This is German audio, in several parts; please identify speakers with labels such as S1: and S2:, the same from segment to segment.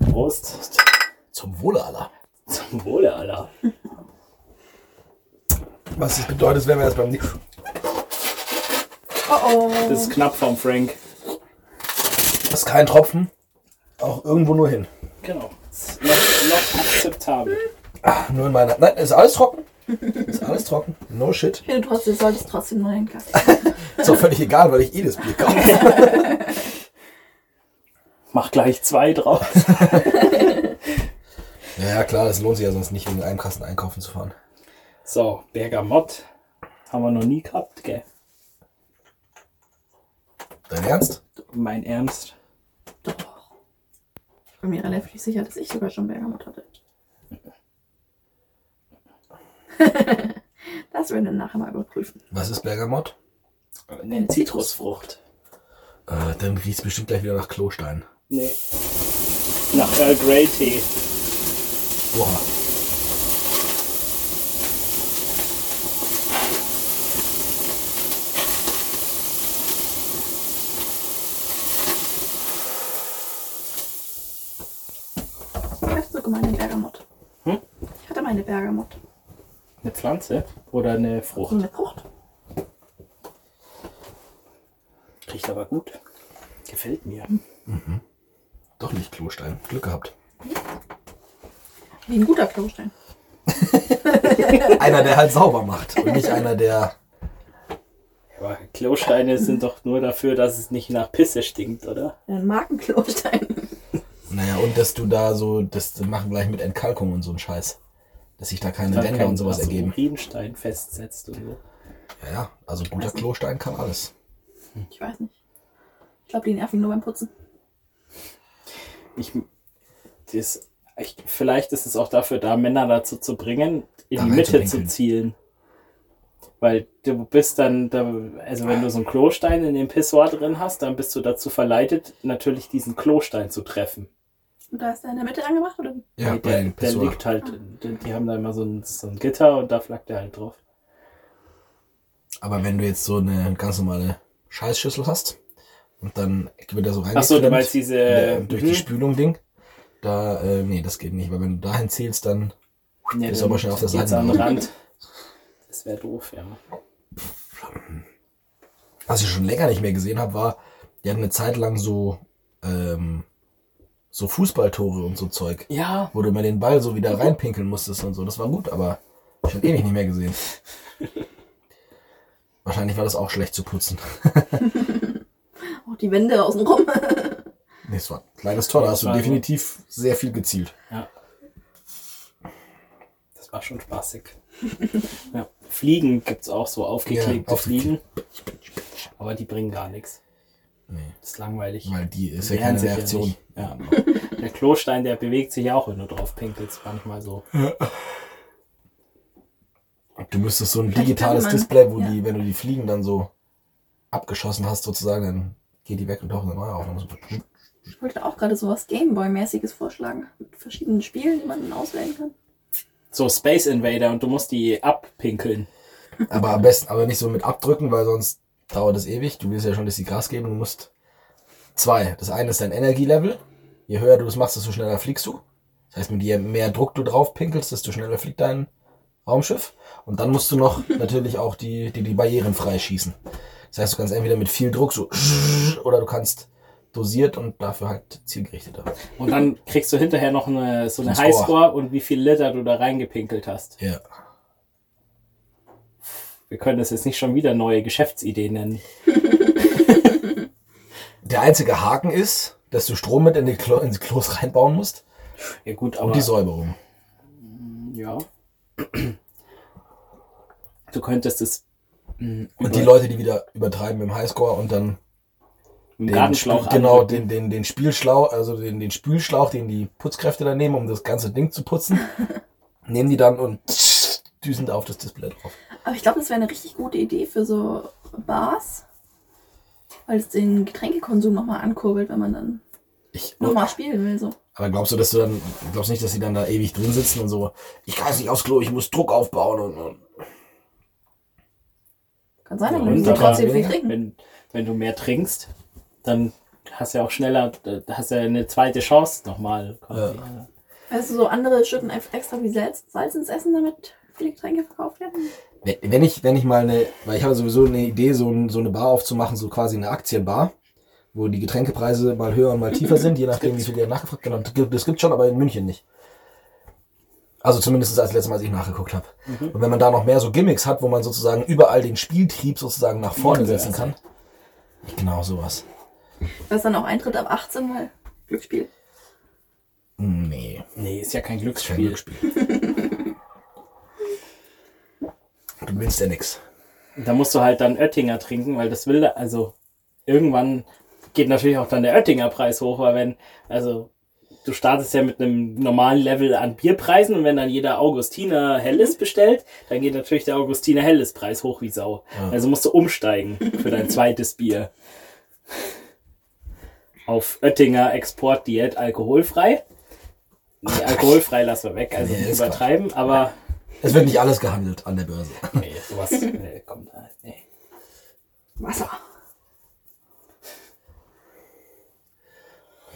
S1: Prost.
S2: Zum Wohle aller.
S1: Zum Wohle aller.
S2: Was das bedeutet, wenn wir das beim nächsten.
S3: Oh oh.
S1: Das ist knapp vom Frank.
S2: Das ist kein Tropfen. Auch irgendwo nur hin.
S1: Genau. Das ist Noch, noch akzeptabel.
S2: Nur in meiner. Nein, ist alles trocken. Ist alles trocken. No shit.
S3: Ich finde trotzdem, du solltest trotzdem nur den Kaffee.
S2: Ist auch völlig egal, weil ich eh das Bier kaufe.
S1: Mach gleich zwei draus.
S2: Ja, ja, klar, das lohnt sich ja sonst nicht, wegen einem Kasten einkaufen zu fahren.
S1: So, Bergamott. Haben wir noch nie gehabt, gell?
S2: Dein Ernst?
S1: Mein Ernst.
S3: Doch. Ich bin mir relativ sicher, dass ich sogar schon Bergamot hatte. das werden wir nachher mal überprüfen.
S2: Was ist Bergamott?
S1: Eine Zitrusfrucht.
S2: Äh, dann riecht es bestimmt gleich wieder nach Klostein.
S1: Nee. Nach Earl Grey Tee.
S2: Boah.
S3: Ich hatte sogar meine Bergamot.
S1: Hm?
S3: Ich hatte meine Bergamot.
S1: Eine Pflanze oder eine
S3: So
S1: Frucht.
S3: eine Frucht.
S1: Riecht aber gut. Gefällt mir.
S2: Doch nicht Klostein. Glück gehabt.
S3: Wie ein guter Klostein.
S2: Einer, der halt sauber macht und nicht einer, der.
S1: Aber Klosteine sind doch nur dafür, dass es nicht nach Pisse stinkt, oder?
S3: Äh, Ein Markenklostein.
S2: Naja, und dass du da so. Das machen gleich mit Entkalkung und so ein Scheiß. Dass sich da keine
S1: Dann
S2: Ränder
S1: kann-
S2: und sowas
S1: dass du
S2: ergeben.
S1: Urinstein festsetzt und so.
S2: Ja, ja. Also guter
S3: Weiß nicht.
S2: Klostein kann alles.
S3: Ich weiß nicht. Ich glaube, die nerven nur beim Putzen.
S1: Ich, das, ich, vielleicht ist es auch dafür da, Männer dazu zu bringen, in
S2: Da
S1: die Mitte zu
S2: reinzuwinkeln.
S1: zielen. Weil du bist dann, da, also wenn du so einen Klostein in dem Pissoir drin hast, dann bist du dazu verleitet, natürlich diesen Klostein zu treffen.
S3: Und da ist er in der Mitte angemacht, oder? wie?
S2: Ja,
S1: Nee,
S2: bei
S1: der,
S2: den
S1: der
S2: Pissoir.
S1: liegt halt, die, die haben da immer so ein, so ein Gitter und da flackt der halt drauf.
S2: Aber wenn du jetzt so eine ganz normale Scheißschüssel hast und dann wird da so rein.
S1: Achso, du meinst diese.
S2: durch
S1: mhm.
S2: die Spülung Ding. Da, äh, nee, das geht nicht, weil wenn du dahin zählst, dann.
S1: Nee,
S2: Ist
S1: dann
S2: aber schon auf der
S1: geht's
S2: Seite. ne?
S1: am Rand. Das wäre doof, ja.
S2: Was ich schon länger nicht mehr gesehen habe, war, die hatten eine Zeit lang so, ähm, so Fußballtore und so Zeug,
S1: Ja,
S2: wo du immer den Ball so wieder reinpinkeln musstest und so. Das war gut, aber schon ewig nicht mehr gesehen. Wahrscheinlich war das auch schlecht zu putzen.
S3: Auch die Wände außenrum.
S2: Nee, es war ein kleines Tor, da hast du
S1: Frage.
S2: definitiv sehr viel gezielt.
S1: das war schon spaßig. ja. Fliegen gibt es auch so aufgeklebte
S2: Ja, aufgeklebt.
S1: Fliegen. Aber die bringen gar nichts.
S2: Nee,
S1: Das ist langweilig.
S2: weil die ist ja
S1: Wehren
S2: keine
S1: sich
S2: Reaktion.
S1: Ja nicht. ja. Der Klostein, der bewegt sich ja auch, wenn du drauf pinkelst, manchmal so.
S2: Du müsstest so ein
S3: Vielleicht
S2: digitales
S3: könnte man-
S2: Display, wo
S3: ja.
S2: die, wenn du die Fliegen dann so abgeschossen hast, sozusagen, dann geht die weg und tauchen dann neu auf. Dann musst du-
S3: Ich wollte auch gerade sowas Gameboy-mäßiges vorschlagen. Mit verschiedenen Spielen, die man auswählen kann.
S1: So Space Invader und du musst die abpinkeln.
S2: Aber am besten, aber nicht so mit abdrücken, weil sonst dauert es ewig. Du willst ja schon, dass die Gas geben. Du musst zwei. Das eine ist dein Energielevel. Je höher du das machst, desto schneller fliegst du. Das heißt, mit je mehr Druck du drauf pinkelst, desto schneller fliegt dein Raumschiff. Und dann musst du noch natürlich auch die, die, die Barrieren freischießen. Das heißt, du kannst entweder mit viel Druck so oder du kannst dosiert und dafür halt zielgerichteter.
S1: Und dann kriegst du hinterher noch eine, so eine
S2: Ein Score.
S1: Highscore und wie viel Liter du da reingepinkelt hast.
S2: Ja.
S1: Wir können das jetzt nicht schon wieder neue Geschäftsideen nennen.
S2: Der einzige Haken ist, dass du Strom mit in die Klo, ins Klos reinbauen musst
S1: Ja gut,
S2: und
S1: aber
S2: die Säuberung.
S1: Ja. Du könntest es mh, über
S2: Und die Leute, die wieder übertreiben im Highscore und dann
S1: einen
S2: den
S1: Gartenschlauch
S2: Spül- genau
S1: andrücken.
S2: den, den, den Spielschlauch, also den, den Spülschlauch, den die Putzkräfte dann nehmen, um das ganze Ding zu putzen, nehmen die dann und düsen auf das Display drauf.
S3: Aber ich glaube, das wäre eine richtig gute Idee für so Bars. Weil es den Getränkekonsum nochmal ankurbelt, wenn man dann
S2: Ich,
S3: nochmal spielen will. So.
S2: aber glaubst du, dass du dann, glaubst du nicht, dass die dann da ewig drin sitzen und so, ich kann jetzt nicht aufs Klo, ich muss Druck aufbauen und, und
S3: Kann sein,
S1: Ja,
S3: aber dann
S1: und
S3: müssen wir
S1: aber-
S3: trotzdem viel trinken.
S1: Wenn, wenn du mehr trinkst, dann hast ja auch schneller, äh, hast ja eine zweite Chance nochmal. quasi.
S3: Also so andere schütten einfach extra wie Salz, Salz ins Essen, damit viele Getränke verkauft werden.
S2: Wenn- Wenn ich, wenn ich mal eine, weil ich habe sowieso eine Idee, so, ein, so eine Bar aufzumachen, so quasi eine Aktienbar, wo die Getränkepreise mal höher und mal tiefer sind, je nachdem, wie viel ihr nachgefragt habt. Genau, Das gibt- Das gibt schon, aber in München nicht. Also zumindest als letztes Mal, als ich nachgeguckt habe. Und wenn man da noch mehr so Gimmicks hat, wo man sozusagen überall den Spieltrieb sozusagen nach vorne
S1: Ja,
S2: setzen
S1: ja.
S2: kann. Genau sowas.
S3: Was dann auch eintritt ab 18, weil Glücksspiel.
S2: Nee,
S1: Nee, ist ja kein
S2: kein
S1: Glücksspiel.
S2: Glücksspiel. du gewinnst ja nix.
S1: Da musst du halt dann Oettinger trinken, weil das will, da- also irgendwann geht natürlich auch dann der Oettinger Preis hoch, weil wenn, also du startest ja mit einem normalen Level an Bierpreisen und wenn dann jeder Augustiner Helles bestellt, dann geht natürlich der Augustiner Helles Preis hoch wie Sau.
S2: Ja.
S1: Also musst du umsteigen für dein zweites Bier. Auf Oettinger Exportdiät alkoholfrei. Nee, alkoholfrei lassen wir weg, also
S2: Nee,
S1: nicht
S2: ist klar.
S1: übertreiben, aber
S2: Es wird nicht alles gehandelt an der Börse.
S1: nee, sowas nee, kommt halt. Nee.
S3: Wasser.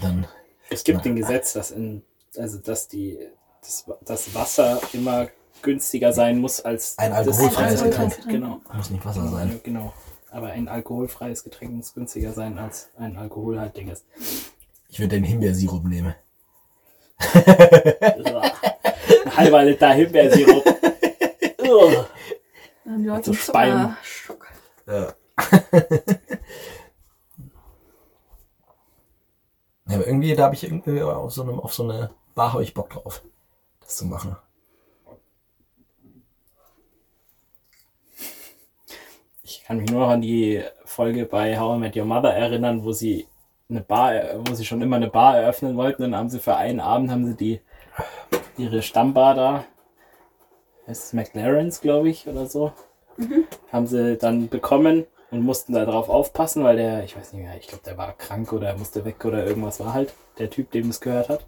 S2: Dann
S1: Es gibt ein Gesetz, dass in, also dass die das, das Wasser immer günstiger sein muss als
S2: Ein
S1: das-
S2: alkoholfreies
S1: ein
S2: Getränk.
S1: alkoholfreies- Genau.
S2: muss nicht Wasser sein.
S1: Genau. Aber ein alkoholfreies Getränk muss günstiger sein als ein alkoholhaltiges.
S2: Ich würde den Himbeersirup nehmen.
S1: Uah. ein halber Liter Himbeersirup. Uah.
S3: Dann haben die Leute
S1: Also
S3: einen
S1: Speien.
S3: Zuckerschock.
S2: Ja. aber irgendwie, da habe ich irgendwie auf so, einem, auf so eine Bar habe ich Bock drauf, das zu machen.
S1: Ich kann mich nur noch an die Folge bei How I Met Your Mother erinnern, wo sie eine Bar, er- wo sie schon immer eine Bar eröffnen wollten. Dann haben sie für einen Abend haben sie die ihre Stammbar da, heißt es McLaren's, glaube ich, oder so, haben sie dann bekommen und mussten da drauf aufpassen, weil der, ich weiß nicht mehr, ich glaube, der war krank oder er musste weg oder irgendwas war halt der Typ, dem es gehört hat.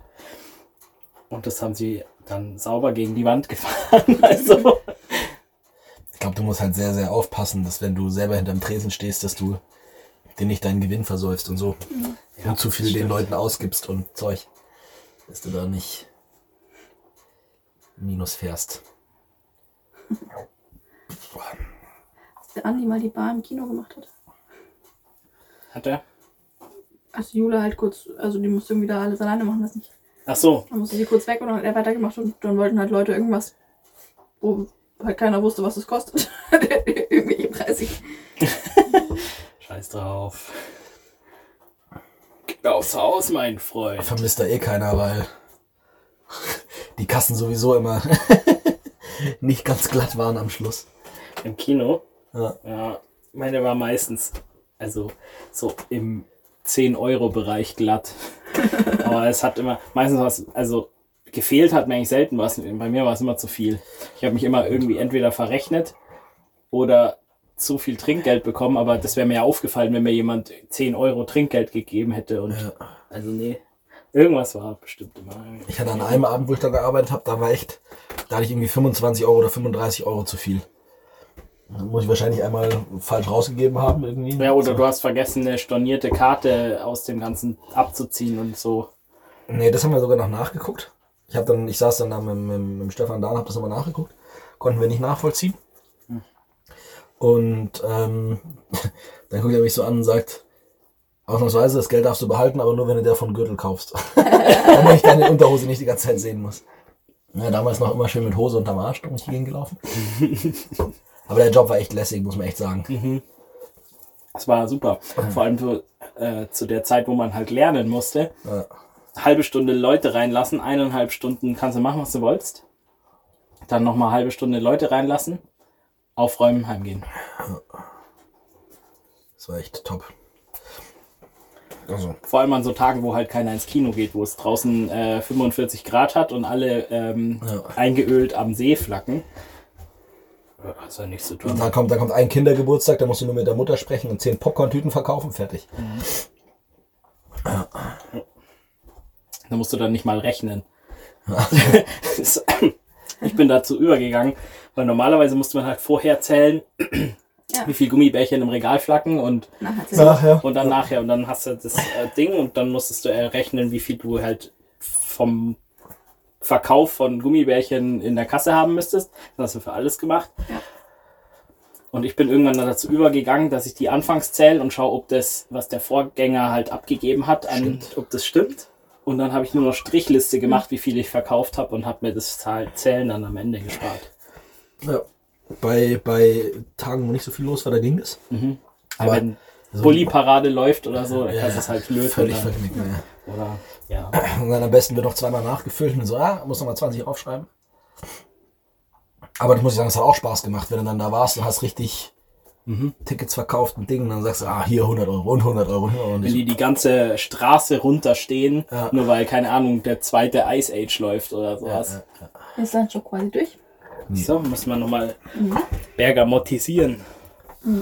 S1: Und das haben sie dann sauber gegen die Wand gefahren. Also
S2: Ich glaube, du musst halt sehr, sehr aufpassen, dass wenn du selber hinterm Tresen stehst, dass du dir nicht deinen Gewinn versäufst und so. und zu viel den Leuten ausgibst und Zeug. Dass du da nicht minus fährst.
S3: Als der Andi mal die Bar im Kino gemacht hat.
S1: hat er.
S3: Also Jule halt kurz, also die musste irgendwie da alles alleine machen, das nicht.
S1: Ach so,
S3: Dann musste sie kurz weg und dann hat er weitergemacht und dann wollten halt Leute irgendwas, wo halt keiner wusste, was es kostet. Irgendwelche Preise.
S1: Scheiß drauf. Gib mir aufs Haus, mein Freund.
S2: vermisst da eh keiner, weil die Kassen sowieso immer nicht ganz glatt waren am Schluss.
S1: Im Kino?
S2: Ja.
S1: Ja, meine war meistens, also so im 10-Euro-Bereich glatt. Aber es hat immer, meistens was, also gefehlt hat mir eigentlich selten was. Bei mir war es immer zu viel. Ich habe mich immer irgendwie entweder verrechnet oder zu viel Trinkgeld bekommen, aber das wäre mir ja aufgefallen, wenn mir jemand 10 Euro Trinkgeld gegeben hätte. Und also nee, irgendwas war bestimmt immer.
S2: Ich hatte an einem Abend, wo ich da gearbeitet habe, da war echt, da hatte ich irgendwie 25 Euro oder 35 Euro zu viel. Dann muss ich wahrscheinlich einmal falsch rausgegeben haben irgendwie.
S1: Ja, oder du hast vergessen, eine stornierte Karte aus dem Ganzen abzuziehen und so.
S2: Nee, das haben wir sogar noch nachgeguckt. Ich habe dann, ich saß dann da mit, mit, mit Stefan da und habe das nochmal nachgeguckt. Konnten wir nicht nachvollziehen. Und ähm, dann guckt er mich so an und sagt, ausnahmsweise, das Geld darfst du behalten, aber nur wenn du dir von Gürtel kaufst. Damit ich deine Unterhose nicht die ganze Zeit sehen muss. Ja, damals noch immer schön mit Hose unterm Arsch durch die Gegend gelaufen. aber der Job war echt lässig, muss man echt sagen.
S1: Das war super. Vor allem so, äh, zu der Zeit, wo man halt lernen musste.
S2: Ja.
S1: Halbe Stunde Leute reinlassen, eineinhalb Stunden kannst du machen, was du wolltest. Dann nochmal halbe Stunde Leute reinlassen, aufräumen, heimgehen.
S2: Das war echt top. Also,
S1: Vor allem an so Tagen, wo halt keiner ins Kino geht, wo es draußen äh, 45 Grad hat und alle ähm,
S2: Ja.
S1: eingeölt am See flacken. Äh, also Ja, Hast ja nichts zu tun.
S2: Und dann kommt, dann kommt ein Kindergeburtstag, da musst du nur mit der Mutter sprechen und zehn Popcorn-Tüten verkaufen, fertig.
S1: Da musst du dann nicht mal rechnen. ich bin dazu übergegangen, weil normalerweise musste man halt vorher zählen,
S3: Ja.
S1: wie viel Gummibärchen im Regal flacken und,
S3: Na, hat's ja.
S2: Ach, ja.
S1: und dann nachher und dann hast du das äh, Ding und dann musstest du errechnen, wie viel du halt vom Verkauf von Gummibärchen in der Kasse haben müsstest. Das hast du für alles gemacht.
S3: Ja.
S1: Und ich bin irgendwann dann dazu übergegangen, dass ich die anfangs zähle und schaue, ob das, was der Vorgänger halt abgegeben hat, an,
S2: Stimmt.
S1: ob das stimmt. Und dann habe ich nur noch Strichliste gemacht, wie viel ich verkauft habe und habe mir das Zahl- Zählen dann am Ende gespart.
S2: ja. Bei, bei Tagen, wo nicht so viel los war, da ging es.
S1: Mhm.
S2: Aber
S1: Aber wenn
S2: so-
S1: Bulli-Parade läuft oder so, dann kannst du es halt löten.
S2: Völlig
S1: oder,
S2: verknickt, ja.
S1: oder, ja.
S2: Und dann am besten wird noch zweimal nachgefüllt und so, ah, muss nochmal 20 aufschreiben. Aber das muss ich sagen, es hat auch Spaß gemacht, wenn du dann da warst und hast richtig
S1: Mhm.
S2: Tickets verkauft und Ding, und dann sagst du, ah, hier 100 Euro und 100 Euro und 100 Euro. Und
S1: Wenn
S2: ich,
S1: die die ganze Straße runterstehen,
S2: Ja.
S1: nur weil, keine Ahnung, der zweite Ice Age läuft oder sowas.
S3: Ist dann schon quasi durch.
S1: So, muss man nochmal bergamottisieren.
S2: nee,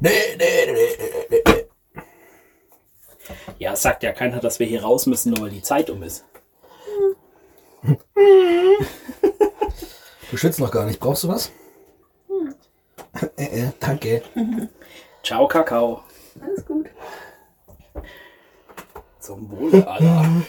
S2: nee, nee, nee, nee, nee.
S1: Ja, es sagt ja keiner, dass wir hier raus müssen, nur weil die Zeit um ist.
S2: Du schwitzt noch gar nicht. Brauchst du was?
S1: Hm.
S2: Äh, äh, danke.
S1: Ciao, Kakao.
S3: Alles gut.
S1: Zum Wohle aller.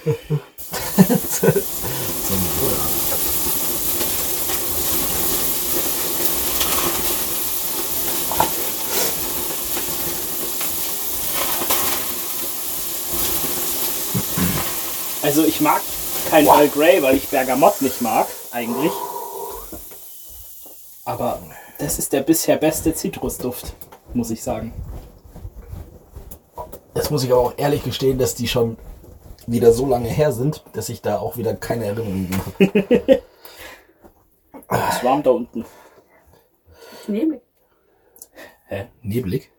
S1: Also ich mag kein Earl Grey, weil ich Bergamott nicht mag, eigentlich. Aber das ist der bisher beste Zitrusduft, muss ich sagen.
S2: Das muss ich aber auch ehrlich gestehen, dass die schon wieder so lange her sind, dass ich da auch wieder keine Erinnerung mehr habe.
S1: Es ist warm da unten.
S3: Ist neblig.
S1: Hä?
S2: Nebelig?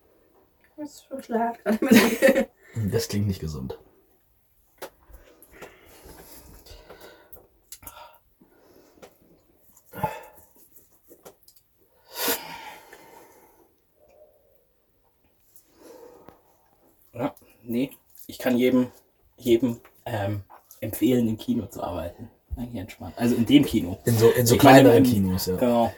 S3: Das ist schon schlag. gerade mit-
S2: Hm, Das klingt nicht gesund.
S1: Ja, nee. Ich kann jedem, jedem ähm, empfehlen, im Kino zu arbeiten. Eigentlich entspannt. Also in dem Kino.
S2: In so, in so
S1: Ich meine,
S2: kleineren
S1: im-
S2: Kinos, ja.
S1: Genau.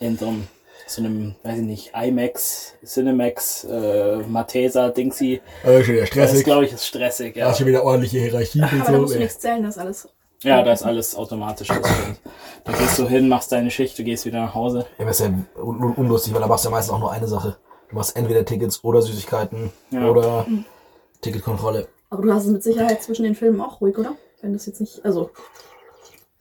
S1: In so einem, so einem, weiß ich nicht, IMAX, Cinemax, äh, Matesa, Dingsy.
S2: Aber Äh, schon wieder
S1: Das ist,
S2: stressig. Also
S1: glaube ich, ist stressig.
S2: Da
S1: Ja.
S2: ist schon wieder ordentliche Hierarchie und
S3: Aber da
S2: so.
S3: musst du
S2: ey.
S3: nichts zählen, das ist alles.
S1: ja, da ist alles automatisch. das stimmt. Da gehst du hin, machst deine Schicht, du gehst wieder nach Hause.
S2: Ja, aber ist ja un un unlustig, weil da machst du ja meistens auch nur eine Sache. Du machst entweder Tickets oder Süßigkeiten
S1: Ja. Hm.
S2: oder Ticketkontrolle.
S3: Aber du hast es mit Sicherheit zwischen den Filmen auch ruhig, oder? Wenn das jetzt nicht. Also.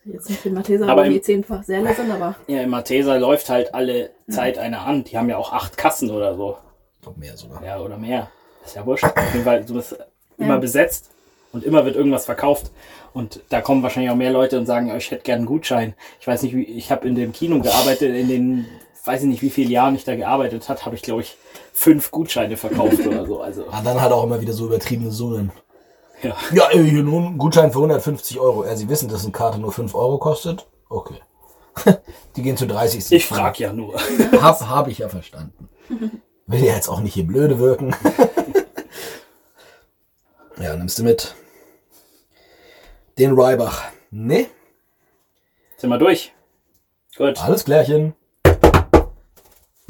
S3: Jetzt nicht den Matheser,
S1: Aber
S3: aber
S1: im-
S3: die zehnfach Säle sind, aber.
S1: Ja, im Matesa läuft halt alle Zeit einer an. Die haben ja auch acht Kassen oder so.
S2: Ich glaube mehr sogar.
S1: Ja, oder mehr. Ist ja wurscht. Auf jeden Fall, du bist
S3: Ja.
S1: immer besetzt und immer wird irgendwas verkauft. Und da kommen wahrscheinlich auch mehr Leute und sagen, oh, ich hätte gern einen Gutschein. Ich weiß nicht, wie, ich habe in dem Kino gearbeitet, in den, weiß ich nicht, wie viele Jahren ich da gearbeitet habe, habe ich, glaube ich, fünf Gutscheine verkauft oder so. Also,
S2: Ah, dann halt auch immer wieder so übertriebene Summen.
S1: ja.
S2: Ja, äh, hier nun ein Gutschein für 150 Euro. Ja, Sie wissen, dass eine Karte nur 5 Euro kostet? Okay. Die gehen zu 30.
S1: Ich frage ja nur.
S2: Hab, hab ich ja verstanden. Will ja jetzt auch nicht hier blöde wirken. ja, nimmst du mit. Den Reibach. Nee,
S1: Sind wir durch? Gut.
S2: alles klärchen.